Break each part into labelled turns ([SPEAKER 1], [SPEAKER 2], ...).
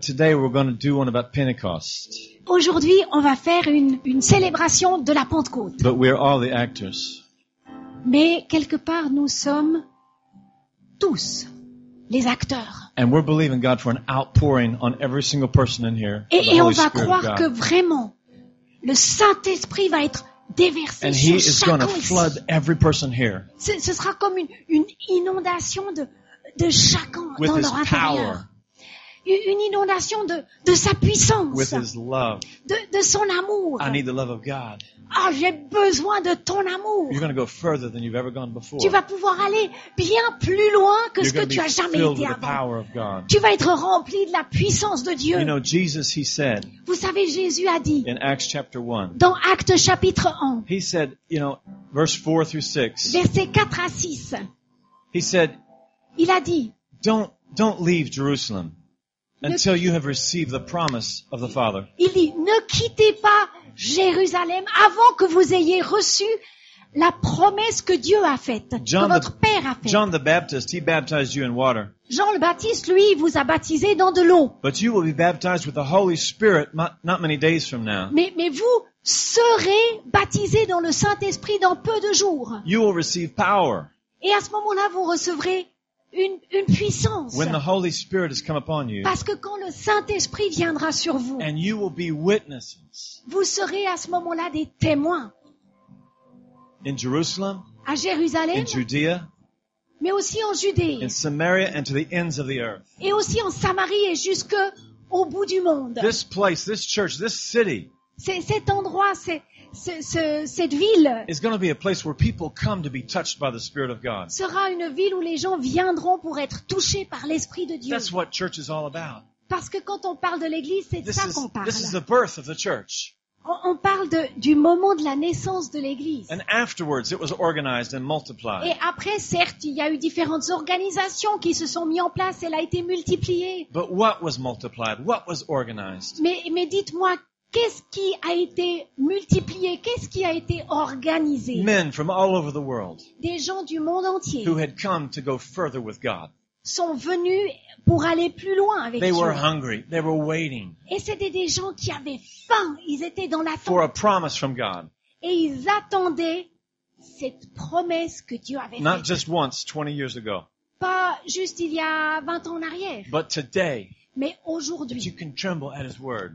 [SPEAKER 1] Today we're going to do one about Pentecost,
[SPEAKER 2] Aujourd'hui, on va faire une, une célébration de la Pentecôte.
[SPEAKER 1] but we're all the actors.
[SPEAKER 2] Mais quelque part, nous sommes tous les acteurs.
[SPEAKER 1] And we're believing God for an outpouring on every single person in here. of the
[SPEAKER 2] Et, et on
[SPEAKER 1] Holy
[SPEAKER 2] va
[SPEAKER 1] Spirit of
[SPEAKER 2] croire
[SPEAKER 1] God.
[SPEAKER 2] que vraiment, le Saint-Esprit va être déversé
[SPEAKER 1] And He
[SPEAKER 2] sur
[SPEAKER 1] is going to
[SPEAKER 2] chacun ici.
[SPEAKER 1] flood every person here
[SPEAKER 2] Ce, ce sera comme une, une inondation de, de chacun
[SPEAKER 1] with
[SPEAKER 2] dans
[SPEAKER 1] His
[SPEAKER 2] leur intérieur.
[SPEAKER 1] power,
[SPEAKER 2] Une une inondation de, de sa
[SPEAKER 1] with
[SPEAKER 2] puissance,
[SPEAKER 1] His love.
[SPEAKER 2] de, de son amour.
[SPEAKER 1] I need the love of God.
[SPEAKER 2] Ah, j'ai besoin de ton amour.
[SPEAKER 1] You're going to go further than you've ever gone before.
[SPEAKER 2] Tu vas pouvoir aller bien plus loin que
[SPEAKER 1] You're
[SPEAKER 2] ce que
[SPEAKER 1] going to
[SPEAKER 2] tu
[SPEAKER 1] be
[SPEAKER 2] as jamais
[SPEAKER 1] filled
[SPEAKER 2] été
[SPEAKER 1] with the
[SPEAKER 2] avant.
[SPEAKER 1] power of God.
[SPEAKER 2] Tu vas être rempli de la puissance de Dieu.
[SPEAKER 1] You know, Jesus, He said
[SPEAKER 2] Vous savez, Jésus a dit
[SPEAKER 1] in Acts chapter 1,
[SPEAKER 2] dans Actes chapitre 1,
[SPEAKER 1] He said, you know, verse 4 through 6,
[SPEAKER 2] versets 4 à 6,
[SPEAKER 1] He said,
[SPEAKER 2] il a dit,
[SPEAKER 1] don't don't leave Jerusalem until you have received the promise of the Father.
[SPEAKER 2] il dit, ne quittez pas Jérusalem avant que vous ayez reçu la promesse que Dieu a faite,
[SPEAKER 1] John
[SPEAKER 2] que
[SPEAKER 1] the-
[SPEAKER 2] votre Père a faite.
[SPEAKER 1] John the Baptist, he baptized you in water,
[SPEAKER 2] Jean le Baptiste, lui, vous a baptisé dans de l'eau.
[SPEAKER 1] but you will be baptized with the Holy Spirit not, not many days from now.
[SPEAKER 2] Mais, mais vous serez baptisés dans le Saint-Esprit dans peu de jours.
[SPEAKER 1] You will receive power
[SPEAKER 2] Et à ce moment-là, vous recevrez une, une puissance.
[SPEAKER 1] when the Holy Spirit has come upon you,
[SPEAKER 2] Parce que quand le Saint-Esprit viendra sur vous,
[SPEAKER 1] and you will be witnesses
[SPEAKER 2] vous serez à ce moment-là des témoins
[SPEAKER 1] in Jerusalem,
[SPEAKER 2] à Jérusalem,
[SPEAKER 1] in Judea,
[SPEAKER 2] mais aussi en Judée,
[SPEAKER 1] in Samaria, and to the ends of the earth.
[SPEAKER 2] et aussi en Samarie et jusque au bout du monde.
[SPEAKER 1] This place, this church, this city
[SPEAKER 2] C'est cet endroit, c'est, c'est- ce- cette ville
[SPEAKER 1] is going to be a place where people come to be touched by the Spirit of God.
[SPEAKER 2] sera une ville où les gens viendront pour être touchés par l'Esprit de Dieu.
[SPEAKER 1] That's what church is all about.
[SPEAKER 2] Parce que quand on parle de l'Église, c'est de
[SPEAKER 1] This
[SPEAKER 2] ça
[SPEAKER 1] is,
[SPEAKER 2] qu'on parle.
[SPEAKER 1] this is the birth of the church.
[SPEAKER 2] On, on parle de- du moment de la naissance de l'Église.
[SPEAKER 1] And afterwards, it was organized and
[SPEAKER 2] Et
[SPEAKER 1] multiplied.
[SPEAKER 2] après, certes, il y a eu différentes organisations qui se sont mises en place, elle a été multipliée.
[SPEAKER 1] But what was multiplied? What was organized?
[SPEAKER 2] Mais, mais dites-moi, qu'est-ce qui a été multiplié Qu'est-ce qui a été organisé
[SPEAKER 1] Men from all over the world
[SPEAKER 2] Des gens du monde entier
[SPEAKER 1] who had come to go further with God.
[SPEAKER 2] sont venus pour aller plus loin avec
[SPEAKER 1] They were
[SPEAKER 2] Dieu.
[SPEAKER 1] hungry. They were waiting
[SPEAKER 2] Et c'était des gens qui avaient faim, ils étaient dans
[SPEAKER 1] for
[SPEAKER 2] l'attente
[SPEAKER 1] a promise from God.
[SPEAKER 2] et ils attendaient cette promesse que Dieu avait
[SPEAKER 1] Not
[SPEAKER 2] faite.
[SPEAKER 1] just once, 20 years ago,
[SPEAKER 2] Pas juste il y a 20 ans en arrière,
[SPEAKER 1] but today,
[SPEAKER 2] mais
[SPEAKER 1] that
[SPEAKER 2] aujourd'hui.
[SPEAKER 1] you can tremble at His word.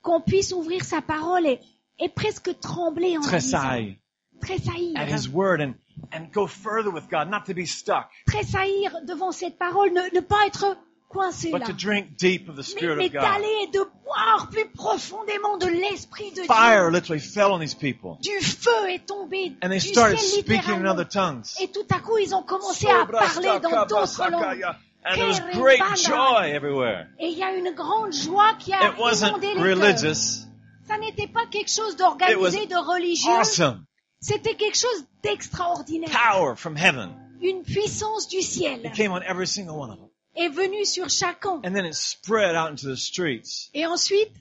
[SPEAKER 2] qu'on puisse ouvrir sa parole et, et presque trembler en disant,
[SPEAKER 1] Tressaille
[SPEAKER 2] tressaillir,
[SPEAKER 1] at His word and, and go further with God, not to be stuck,
[SPEAKER 2] tressaillir devant cette parole, ne, ne pas être coincé là,
[SPEAKER 1] but to drink deep of the
[SPEAKER 2] mais,
[SPEAKER 1] Spirit
[SPEAKER 2] mais
[SPEAKER 1] of God.
[SPEAKER 2] d'aller et de boire plus profondément de l'esprit de
[SPEAKER 1] Fire literally fell on these people.
[SPEAKER 2] Dieu. Du feu est tombé
[SPEAKER 1] And they
[SPEAKER 2] du
[SPEAKER 1] started
[SPEAKER 2] ciel
[SPEAKER 1] speaking in
[SPEAKER 2] littéralement.
[SPEAKER 1] other tongues.
[SPEAKER 2] Et tout à coup, ils ont commencé à parler dans d'autres langues.
[SPEAKER 1] And there was great joy everywhere.
[SPEAKER 2] Et il y a une grande joie qui a
[SPEAKER 1] It wasn't
[SPEAKER 2] inondé les cœurs.
[SPEAKER 1] religious,
[SPEAKER 2] Ça n'était pas quelque chose
[SPEAKER 1] It was
[SPEAKER 2] d'organisé, de religieux.
[SPEAKER 1] awesome
[SPEAKER 2] C'était quelque chose d'extraordinaire.
[SPEAKER 1] power from heaven.
[SPEAKER 2] une puissance du ciel
[SPEAKER 1] It came on every single one of them.
[SPEAKER 2] est venue sur chacun.
[SPEAKER 1] And then it spread out into the streets.
[SPEAKER 2] Et ensuite,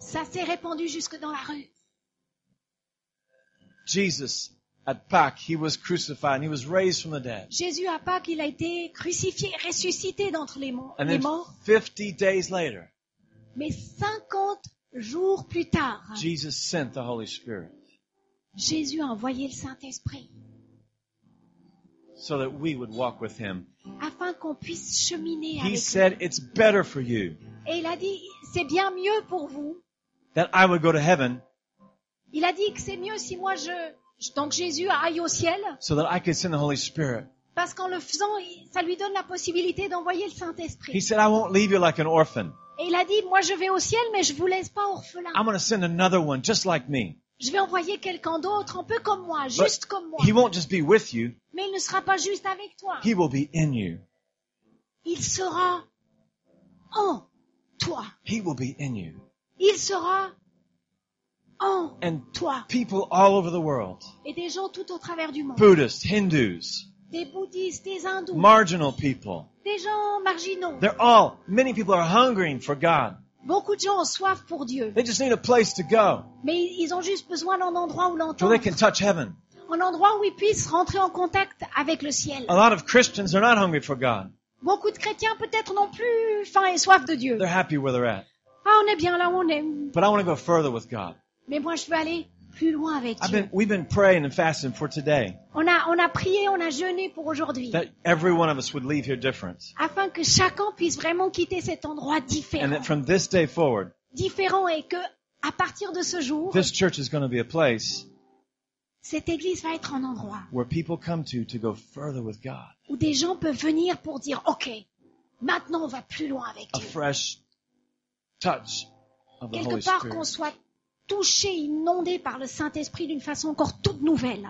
[SPEAKER 2] ça s'est répandu jusque dans la rue.
[SPEAKER 1] Jesus at Pâques, he was crucified and he was raised from the dead.
[SPEAKER 2] Jésus à Pâques, il a été crucifié, ressuscité d'entre les, mo-
[SPEAKER 1] And
[SPEAKER 2] les
[SPEAKER 1] then
[SPEAKER 2] morts.
[SPEAKER 1] 50 days later,
[SPEAKER 2] Mais 50 jours plus tard,
[SPEAKER 1] Jesus sent the Holy Spirit
[SPEAKER 2] Jésus a envoyé le Saint-Esprit
[SPEAKER 1] so that we would walk with him.
[SPEAKER 2] afin qu'on puisse cheminer
[SPEAKER 1] He
[SPEAKER 2] avec
[SPEAKER 1] said, it's better for you
[SPEAKER 2] lui. Et il a dit, c'est bien mieux pour vous.
[SPEAKER 1] that I would go to heaven
[SPEAKER 2] Il a dit que c'est mieux si moi je... je- Donc Jésus aille au ciel,
[SPEAKER 1] so that I could send the Holy Spirit.
[SPEAKER 2] parce qu'en le faisant, il- ça lui donne la possibilité d'envoyer le
[SPEAKER 1] He
[SPEAKER 2] Saint-Esprit.
[SPEAKER 1] said, I won't leave you like an orphan.
[SPEAKER 2] Et il a dit, moi je vais au ciel, mais je vous laisse pas orphelin.
[SPEAKER 1] I'm going to send another one just like me.
[SPEAKER 2] Je vais envoyer quelqu'un d'autre, un peu comme moi,
[SPEAKER 1] But
[SPEAKER 2] juste comme moi.
[SPEAKER 1] he won't just be with you.
[SPEAKER 2] Mais il ne sera pas juste avec toi.
[SPEAKER 1] He will be in you.
[SPEAKER 2] Il sera en toi.
[SPEAKER 1] He will be in you.
[SPEAKER 2] Il sera en
[SPEAKER 1] And
[SPEAKER 2] toi.
[SPEAKER 1] people all over the world,
[SPEAKER 2] Et des gens tout au travers du monde.
[SPEAKER 1] Buddhists, Hindus,
[SPEAKER 2] Des bouddhistes, des hindous,
[SPEAKER 1] marginal people,
[SPEAKER 2] des gens marginaux.
[SPEAKER 1] they're all, many people are hungering for God.
[SPEAKER 2] Beaucoup de gens ont soif pour Dieu.
[SPEAKER 1] They just need a place to go
[SPEAKER 2] Mais ils ils ont juste besoin d'un endroit où
[SPEAKER 1] so
[SPEAKER 2] l'entendre.
[SPEAKER 1] they can touch heaven.
[SPEAKER 2] Un endroit où ils puissent rentrer en contact avec le ciel.
[SPEAKER 1] Ah. A lot of Christians are not hungry for God.
[SPEAKER 2] Beaucoup de chrétiens peut-être n'ont plus faim et soif de Dieu.
[SPEAKER 1] They're happy where they're at.
[SPEAKER 2] Ah, on est bien là où on est.
[SPEAKER 1] But I want to go further with God.
[SPEAKER 2] Mais moi, je veux aller plus loin avec
[SPEAKER 1] I've
[SPEAKER 2] Dieu.
[SPEAKER 1] been, we've been praying and fasting for today
[SPEAKER 2] On a, on a prié, on a jeûné pour aujourd'hui.
[SPEAKER 1] that every one of us would leave here different.
[SPEAKER 2] Afin que chacun puisse vraiment quitter cet endroit
[SPEAKER 1] And
[SPEAKER 2] différent.
[SPEAKER 1] that from this day forward,
[SPEAKER 2] Différent et que, à partir de ce jour,
[SPEAKER 1] this church is going to be a place
[SPEAKER 2] cette église va être un endroit
[SPEAKER 1] where people come to to go further with God.
[SPEAKER 2] où des gens peuvent venir pour dire, OK, maintenant on va plus loin avec
[SPEAKER 1] A
[SPEAKER 2] Dieu.
[SPEAKER 1] fresh touch of the Holy
[SPEAKER 2] Quelque part qu'on
[SPEAKER 1] Spirit.
[SPEAKER 2] soit touché, inondé par le Saint-Esprit d'une façon encore toute nouvelle.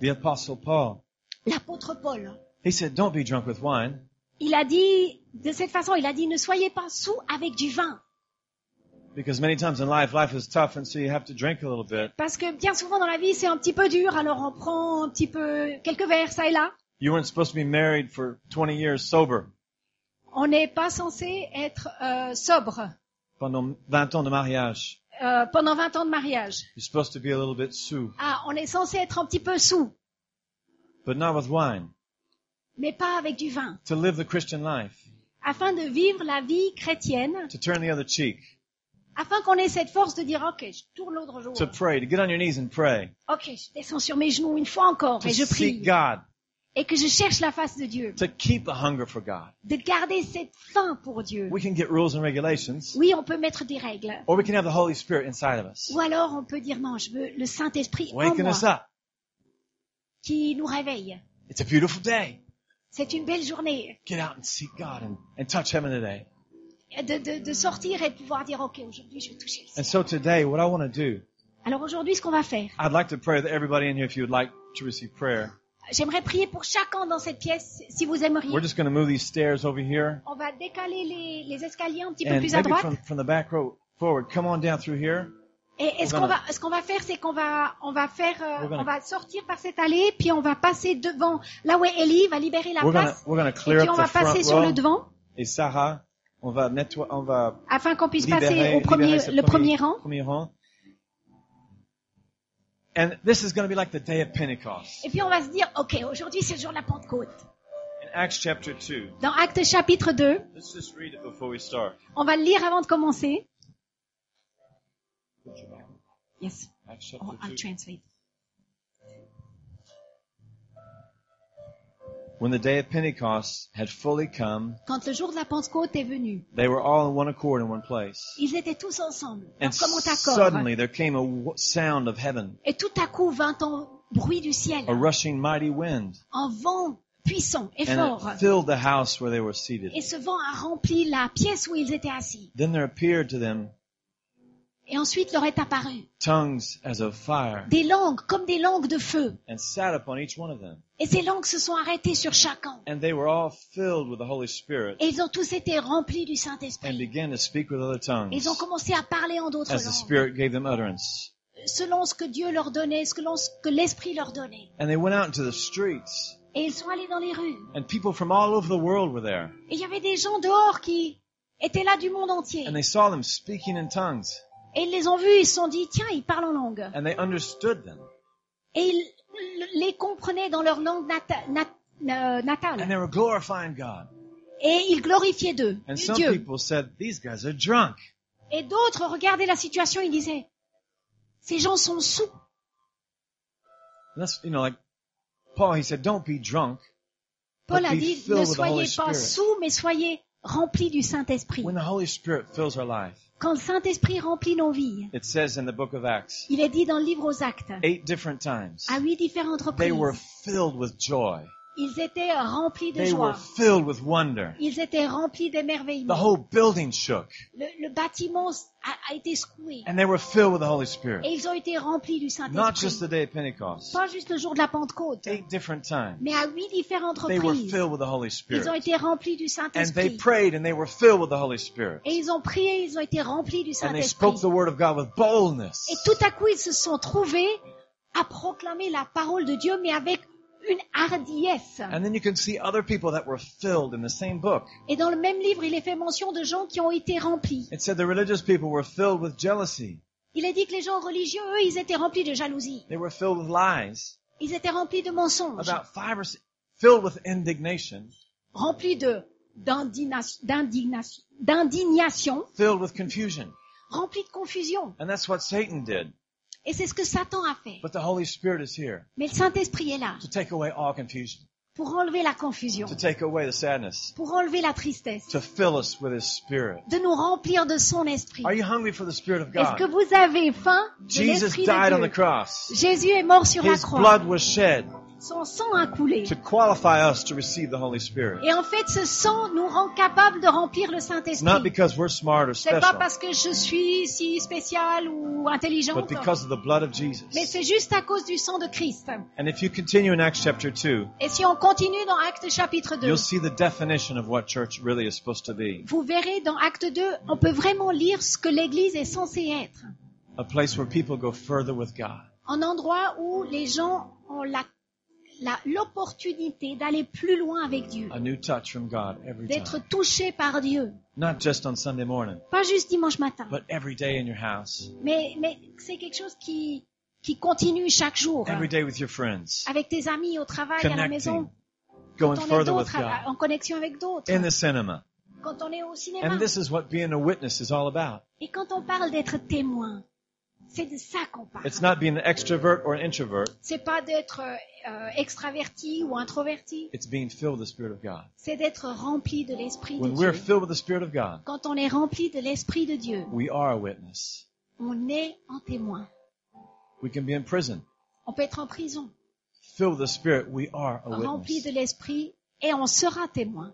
[SPEAKER 1] The Apostle Paul,
[SPEAKER 2] L'apôtre Paul,
[SPEAKER 1] he said, don't be drunk with wine,
[SPEAKER 2] il a dit, de cette façon, il a dit, ne soyez pas sous avec du vin.
[SPEAKER 1] because many times in life, life is tough, and so you have to drink a little bit.
[SPEAKER 2] Parce que bien souvent dans la vie, c'est un petit peu dur, alors on prend un petit peu quelques verres, ça et là.
[SPEAKER 1] You weren't supposed to be married for 20 years sober.
[SPEAKER 2] On n'est pas censé être euh, sobre
[SPEAKER 1] Pendant 20 ans de mariage,
[SPEAKER 2] euh, pendant 20 ans de mariage.
[SPEAKER 1] you're supposed to be a little bit sous,
[SPEAKER 2] Ah, on est censé être un petit peu sous,
[SPEAKER 1] but not with wine.
[SPEAKER 2] mais pas avec du vin.
[SPEAKER 1] To live the Christian life,
[SPEAKER 2] Afin de vivre la vie chrétienne,
[SPEAKER 1] to turn the other cheek,
[SPEAKER 2] afin qu'on ait cette force de dire, OK, je tourne l'autre jour.
[SPEAKER 1] to pray, to get on your knees and pray,
[SPEAKER 2] OK, je descends sur mes genoux une fois encore
[SPEAKER 1] to
[SPEAKER 2] et je
[SPEAKER 1] seek
[SPEAKER 2] prie.
[SPEAKER 1] God,
[SPEAKER 2] Et que je cherche la face de Dieu.
[SPEAKER 1] to keep a hunger for God.
[SPEAKER 2] De garder cette faim pour Dieu.
[SPEAKER 1] We can get rules and regulations,
[SPEAKER 2] Oui, on peut mettre des règles.
[SPEAKER 1] or we can have the Holy Spirit inside of us,
[SPEAKER 2] Ou alors on peut dire, non, je veux le Saint-Esprit en
[SPEAKER 1] waking
[SPEAKER 2] moi
[SPEAKER 1] us up.
[SPEAKER 2] qui nous réveille.
[SPEAKER 1] It's a beautiful day.
[SPEAKER 2] C'est une belle journée
[SPEAKER 1] Get out and seek God and, and touch heaven today.
[SPEAKER 2] de, de- de sortir et de pouvoir dire, OK, aujourd'hui, je vais toucher le
[SPEAKER 1] And
[SPEAKER 2] ciel.
[SPEAKER 1] so today, what I want to do,
[SPEAKER 2] Alors aujourd'hui, ce qu'on va faire,
[SPEAKER 1] I'd like to pray that everybody in here, if you would like to receive prayer,
[SPEAKER 2] j'aimerais prier pour chacun dans cette pièce, si vous aimeriez.
[SPEAKER 1] we're just going to move these stairs over here.
[SPEAKER 2] On va décaler les, les escaliers un petit peu
[SPEAKER 1] And
[SPEAKER 2] plus à
[SPEAKER 1] maybe
[SPEAKER 2] droite.
[SPEAKER 1] from, from the back row forward, come on down through here.
[SPEAKER 2] Et, et ce
[SPEAKER 1] We're
[SPEAKER 2] qu'on
[SPEAKER 1] gonna-
[SPEAKER 2] va, ce qu'on va faire, c'est qu'on va, on va faire, euh,
[SPEAKER 1] We're gonna-
[SPEAKER 2] on va sortir par cette allée, puis on va passer devant là où est Ellie, va libérer la
[SPEAKER 1] We're gonna,
[SPEAKER 2] place,
[SPEAKER 1] we're gonna
[SPEAKER 2] et
[SPEAKER 1] clear
[SPEAKER 2] puis on
[SPEAKER 1] up the
[SPEAKER 2] va passer
[SPEAKER 1] front
[SPEAKER 2] sur le
[SPEAKER 1] row.
[SPEAKER 2] devant
[SPEAKER 1] Et Sarah, on va nettoyer, on va
[SPEAKER 2] afin qu'on puisse passer
[SPEAKER 1] libérer,
[SPEAKER 2] au premier,
[SPEAKER 1] libérer ce
[SPEAKER 2] le premier rang.
[SPEAKER 1] premier rang. And this is going to be like the day of Pentecost.
[SPEAKER 2] Et puis on va se dire, ok, aujourd'hui c'est le jour de la Pentecôte.
[SPEAKER 1] In Acts chapter 2,
[SPEAKER 2] Dans Acte chapitre 2,
[SPEAKER 1] let's just read it before we start.
[SPEAKER 2] on va le lire avant de commencer. Yes,
[SPEAKER 1] Acts
[SPEAKER 2] oh, I'll
[SPEAKER 1] chapter 2.
[SPEAKER 2] translate.
[SPEAKER 1] When the day of Pentecost had fully come,
[SPEAKER 2] Quand le jour de la Pentecôte est venu,
[SPEAKER 1] they were all in one accord in one place.
[SPEAKER 2] ils étaient tous ensemble,
[SPEAKER 1] And
[SPEAKER 2] comme on t'accorde.
[SPEAKER 1] suddenly there came a w- sound of heaven,
[SPEAKER 2] Et tout à coup vint un bruit du ciel,
[SPEAKER 1] a rushing mighty wind,
[SPEAKER 2] un vent puissant et
[SPEAKER 1] and
[SPEAKER 2] fort.
[SPEAKER 1] it filled the house where they were seated.
[SPEAKER 2] Et ce vent a rempli la pièce où ils étaient assis.
[SPEAKER 1] Then there appeared to them
[SPEAKER 2] Et ensuite leur est apparu
[SPEAKER 1] tongues as of fire,
[SPEAKER 2] des langues comme des langues de feu.
[SPEAKER 1] and sat upon each one of them.
[SPEAKER 2] Et ces langues se sont arrêtées sur chacun.
[SPEAKER 1] And they were all filled with the Holy Spirit
[SPEAKER 2] Et ils ont tous été remplis du
[SPEAKER 1] and
[SPEAKER 2] Saint-Esprit.
[SPEAKER 1] began to speak with other
[SPEAKER 2] Et
[SPEAKER 1] tongues
[SPEAKER 2] Ils ont commencé à parler en d'autres
[SPEAKER 1] as the
[SPEAKER 2] langues,
[SPEAKER 1] Spirit gave them utterance.
[SPEAKER 2] selon ce que Dieu leur donnait, selon ce que l'Esprit leur donnait.
[SPEAKER 1] And they went out into the streets,
[SPEAKER 2] Et ils sont allés dans les rues.
[SPEAKER 1] and people from all over the world were there.
[SPEAKER 2] Et il y avait des gens dehors qui étaient là du monde entier.
[SPEAKER 1] And they saw them speaking in tongues,
[SPEAKER 2] Et ils les ont vus, ils se sont dit, tiens, ils parlent en langue.
[SPEAKER 1] and they understood them.
[SPEAKER 2] Et ils l- les comprenaient dans leur langue nata- nat- euh,
[SPEAKER 1] And
[SPEAKER 2] natale.
[SPEAKER 1] they were glorifying God.
[SPEAKER 2] Et ils glorifiaient d'eux,
[SPEAKER 1] And some
[SPEAKER 2] Dieu.
[SPEAKER 1] people said, These guys are drunk.
[SPEAKER 2] Et d'autres regardaient la situation et disaient, ces gens sont sous.
[SPEAKER 1] And that's, you know, like Paul, he said, Don't be drunk.
[SPEAKER 2] Paul
[SPEAKER 1] But
[SPEAKER 2] a
[SPEAKER 1] be
[SPEAKER 2] dit,
[SPEAKER 1] filled
[SPEAKER 2] ne
[SPEAKER 1] with the
[SPEAKER 2] soyez
[SPEAKER 1] Holy
[SPEAKER 2] pas
[SPEAKER 1] Spirit.
[SPEAKER 2] sous, mais soyez remplis du Saint-Esprit.
[SPEAKER 1] When the Holy Spirit fills our life,
[SPEAKER 2] Quand le Saint-Esprit remplit nos vies,
[SPEAKER 1] it says in the book of Acts,
[SPEAKER 2] il est dit dans le livre aux actes,
[SPEAKER 1] eight different times,
[SPEAKER 2] à huit différentes
[SPEAKER 1] they
[SPEAKER 2] reprises,
[SPEAKER 1] were filled with joy.
[SPEAKER 2] ils étaient remplis de
[SPEAKER 1] They were
[SPEAKER 2] joie.
[SPEAKER 1] filled with wonder.
[SPEAKER 2] Ils étaient remplis
[SPEAKER 1] The
[SPEAKER 2] d'émerveillement.
[SPEAKER 1] whole building shook.
[SPEAKER 2] Le, le bâtiment a, a été secoué.
[SPEAKER 1] And they were filled with the Holy
[SPEAKER 2] Et
[SPEAKER 1] Spirit.
[SPEAKER 2] ils ont été remplis du
[SPEAKER 1] Not just the
[SPEAKER 2] Saint-Esprit.
[SPEAKER 1] day of Pentecost.
[SPEAKER 2] Pas juste le jour de la Pentecôte,
[SPEAKER 1] Eight different times.
[SPEAKER 2] mais à huit différentes
[SPEAKER 1] They were
[SPEAKER 2] reprises.
[SPEAKER 1] filled with the Holy
[SPEAKER 2] Ils ont
[SPEAKER 1] Spirit.
[SPEAKER 2] été remplis
[SPEAKER 1] And
[SPEAKER 2] du
[SPEAKER 1] they
[SPEAKER 2] Saint-Esprit.
[SPEAKER 1] prayed and they were filled with the Holy Spirit.
[SPEAKER 2] Et ils ont prié, ils ont été remplis du
[SPEAKER 1] And they spoke the
[SPEAKER 2] Saint-Esprit.
[SPEAKER 1] word of God with boldness.
[SPEAKER 2] Et tout à coup, ils se sont trouvés à proclamer la parole de Dieu, mais avec une hardiesse.
[SPEAKER 1] And then you can see other people that were filled in the same book.
[SPEAKER 2] Et dans le même livre, il est fait mention de gens qui ont été remplis.
[SPEAKER 1] It said the religious people were filled with jealousy.
[SPEAKER 2] Il est dit que les gens religieux, eux, ils étaient remplis de jalousie.
[SPEAKER 1] They were filled with lies.
[SPEAKER 2] Ils étaient remplis de mensonges.
[SPEAKER 1] About five or six, filled with indignation.
[SPEAKER 2] rempli de d'indigna- d'indigna- d'indignation,
[SPEAKER 1] filled with confusion.
[SPEAKER 2] rempli de confusion.
[SPEAKER 1] And that's what Satan did.
[SPEAKER 2] Et c'est ce que Satan a fait.
[SPEAKER 1] But the Holy Spirit is here
[SPEAKER 2] Mais le Saint-Esprit est là
[SPEAKER 1] to take away all confusion,
[SPEAKER 2] pour enlever la confusion,
[SPEAKER 1] to take away the sadness,
[SPEAKER 2] pour enlever la tristesse,
[SPEAKER 1] to fill us with His Spirit.
[SPEAKER 2] de nous remplir de son esprit.
[SPEAKER 1] Are you hungry for the Spirit of
[SPEAKER 2] Est-ce que
[SPEAKER 1] God?
[SPEAKER 2] vous avez faim de
[SPEAKER 1] Jesus
[SPEAKER 2] l'esprit
[SPEAKER 1] died on
[SPEAKER 2] de
[SPEAKER 1] the
[SPEAKER 2] Dieu
[SPEAKER 1] cross.
[SPEAKER 2] Jésus est mort sur la
[SPEAKER 1] His
[SPEAKER 2] croix.
[SPEAKER 1] blood was shed
[SPEAKER 2] Son sang a coulé.
[SPEAKER 1] to qualify us to receive the Holy Spirit.
[SPEAKER 2] Et en fait, ce sang nous rend capable de remplir le
[SPEAKER 1] It's not
[SPEAKER 2] Saint-Esprit.
[SPEAKER 1] because we're smart or
[SPEAKER 2] C'est pas
[SPEAKER 1] special,
[SPEAKER 2] parce que je suis si spéciale ou
[SPEAKER 1] but
[SPEAKER 2] intelligente,
[SPEAKER 1] because of the blood of
[SPEAKER 2] mais
[SPEAKER 1] Jesus.
[SPEAKER 2] c'est juste à cause du sang de Christ.
[SPEAKER 1] And if you continue in Acts chapter 2,
[SPEAKER 2] Et si on continue dans Acte chapitre 2,
[SPEAKER 1] you'll see the definition of what church really is supposed to be.
[SPEAKER 2] vous verrez dans Acte 2, on peut vraiment lire ce que l'Église est censée être.
[SPEAKER 1] A place where people go further with God.
[SPEAKER 2] Un endroit où les gens ont la- la- l'opportunité d'aller plus loin avec Dieu,
[SPEAKER 1] A new touch from God every
[SPEAKER 2] d'être
[SPEAKER 1] time.
[SPEAKER 2] touchés par Dieu.
[SPEAKER 1] Not just on Sunday morning,
[SPEAKER 2] Pas juste dimanche matin,
[SPEAKER 1] but every day in your house.
[SPEAKER 2] mais, mais c'est quelque chose qui, qui continue chaque jour.
[SPEAKER 1] Every day with your friends.
[SPEAKER 2] Avec tes amis, au travail, à la
[SPEAKER 1] Connecting.
[SPEAKER 2] maison,
[SPEAKER 1] Going
[SPEAKER 2] quand on est
[SPEAKER 1] further with
[SPEAKER 2] d'autres, à-
[SPEAKER 1] God.
[SPEAKER 2] en connexion avec d'autres,
[SPEAKER 1] In the cinema.
[SPEAKER 2] quand on est au cinéma.
[SPEAKER 1] And this is what being a witness is all about.
[SPEAKER 2] Et quand on parle d'être témoin, c'est de ça qu'on parle.
[SPEAKER 1] It's not being an extrovert or an introvert.
[SPEAKER 2] C'est pas d'être euh, extraverti ou introverti,
[SPEAKER 1] It's being filled with the Spirit of God.
[SPEAKER 2] c'est d'être rempli de l'esprit de
[SPEAKER 1] When we're
[SPEAKER 2] Dieu.
[SPEAKER 1] filled with the Spirit of God,
[SPEAKER 2] Quand on est rempli de l'esprit de Dieu,
[SPEAKER 1] we are a witness.
[SPEAKER 2] on est en témoin.
[SPEAKER 1] We can be in prison.
[SPEAKER 2] On peut être en prison,
[SPEAKER 1] Filled with the Spirit, we are a
[SPEAKER 2] rempli de
[SPEAKER 1] witness.
[SPEAKER 2] l'esprit, et on sera témoin.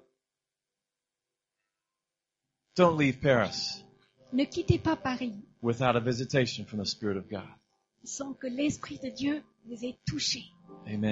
[SPEAKER 1] Don't leave Paris
[SPEAKER 2] Ne quittez pas Paris
[SPEAKER 1] without a visitation from the Spirit of God.
[SPEAKER 2] sans que l'esprit de Dieu vous ait touché.
[SPEAKER 1] Amen.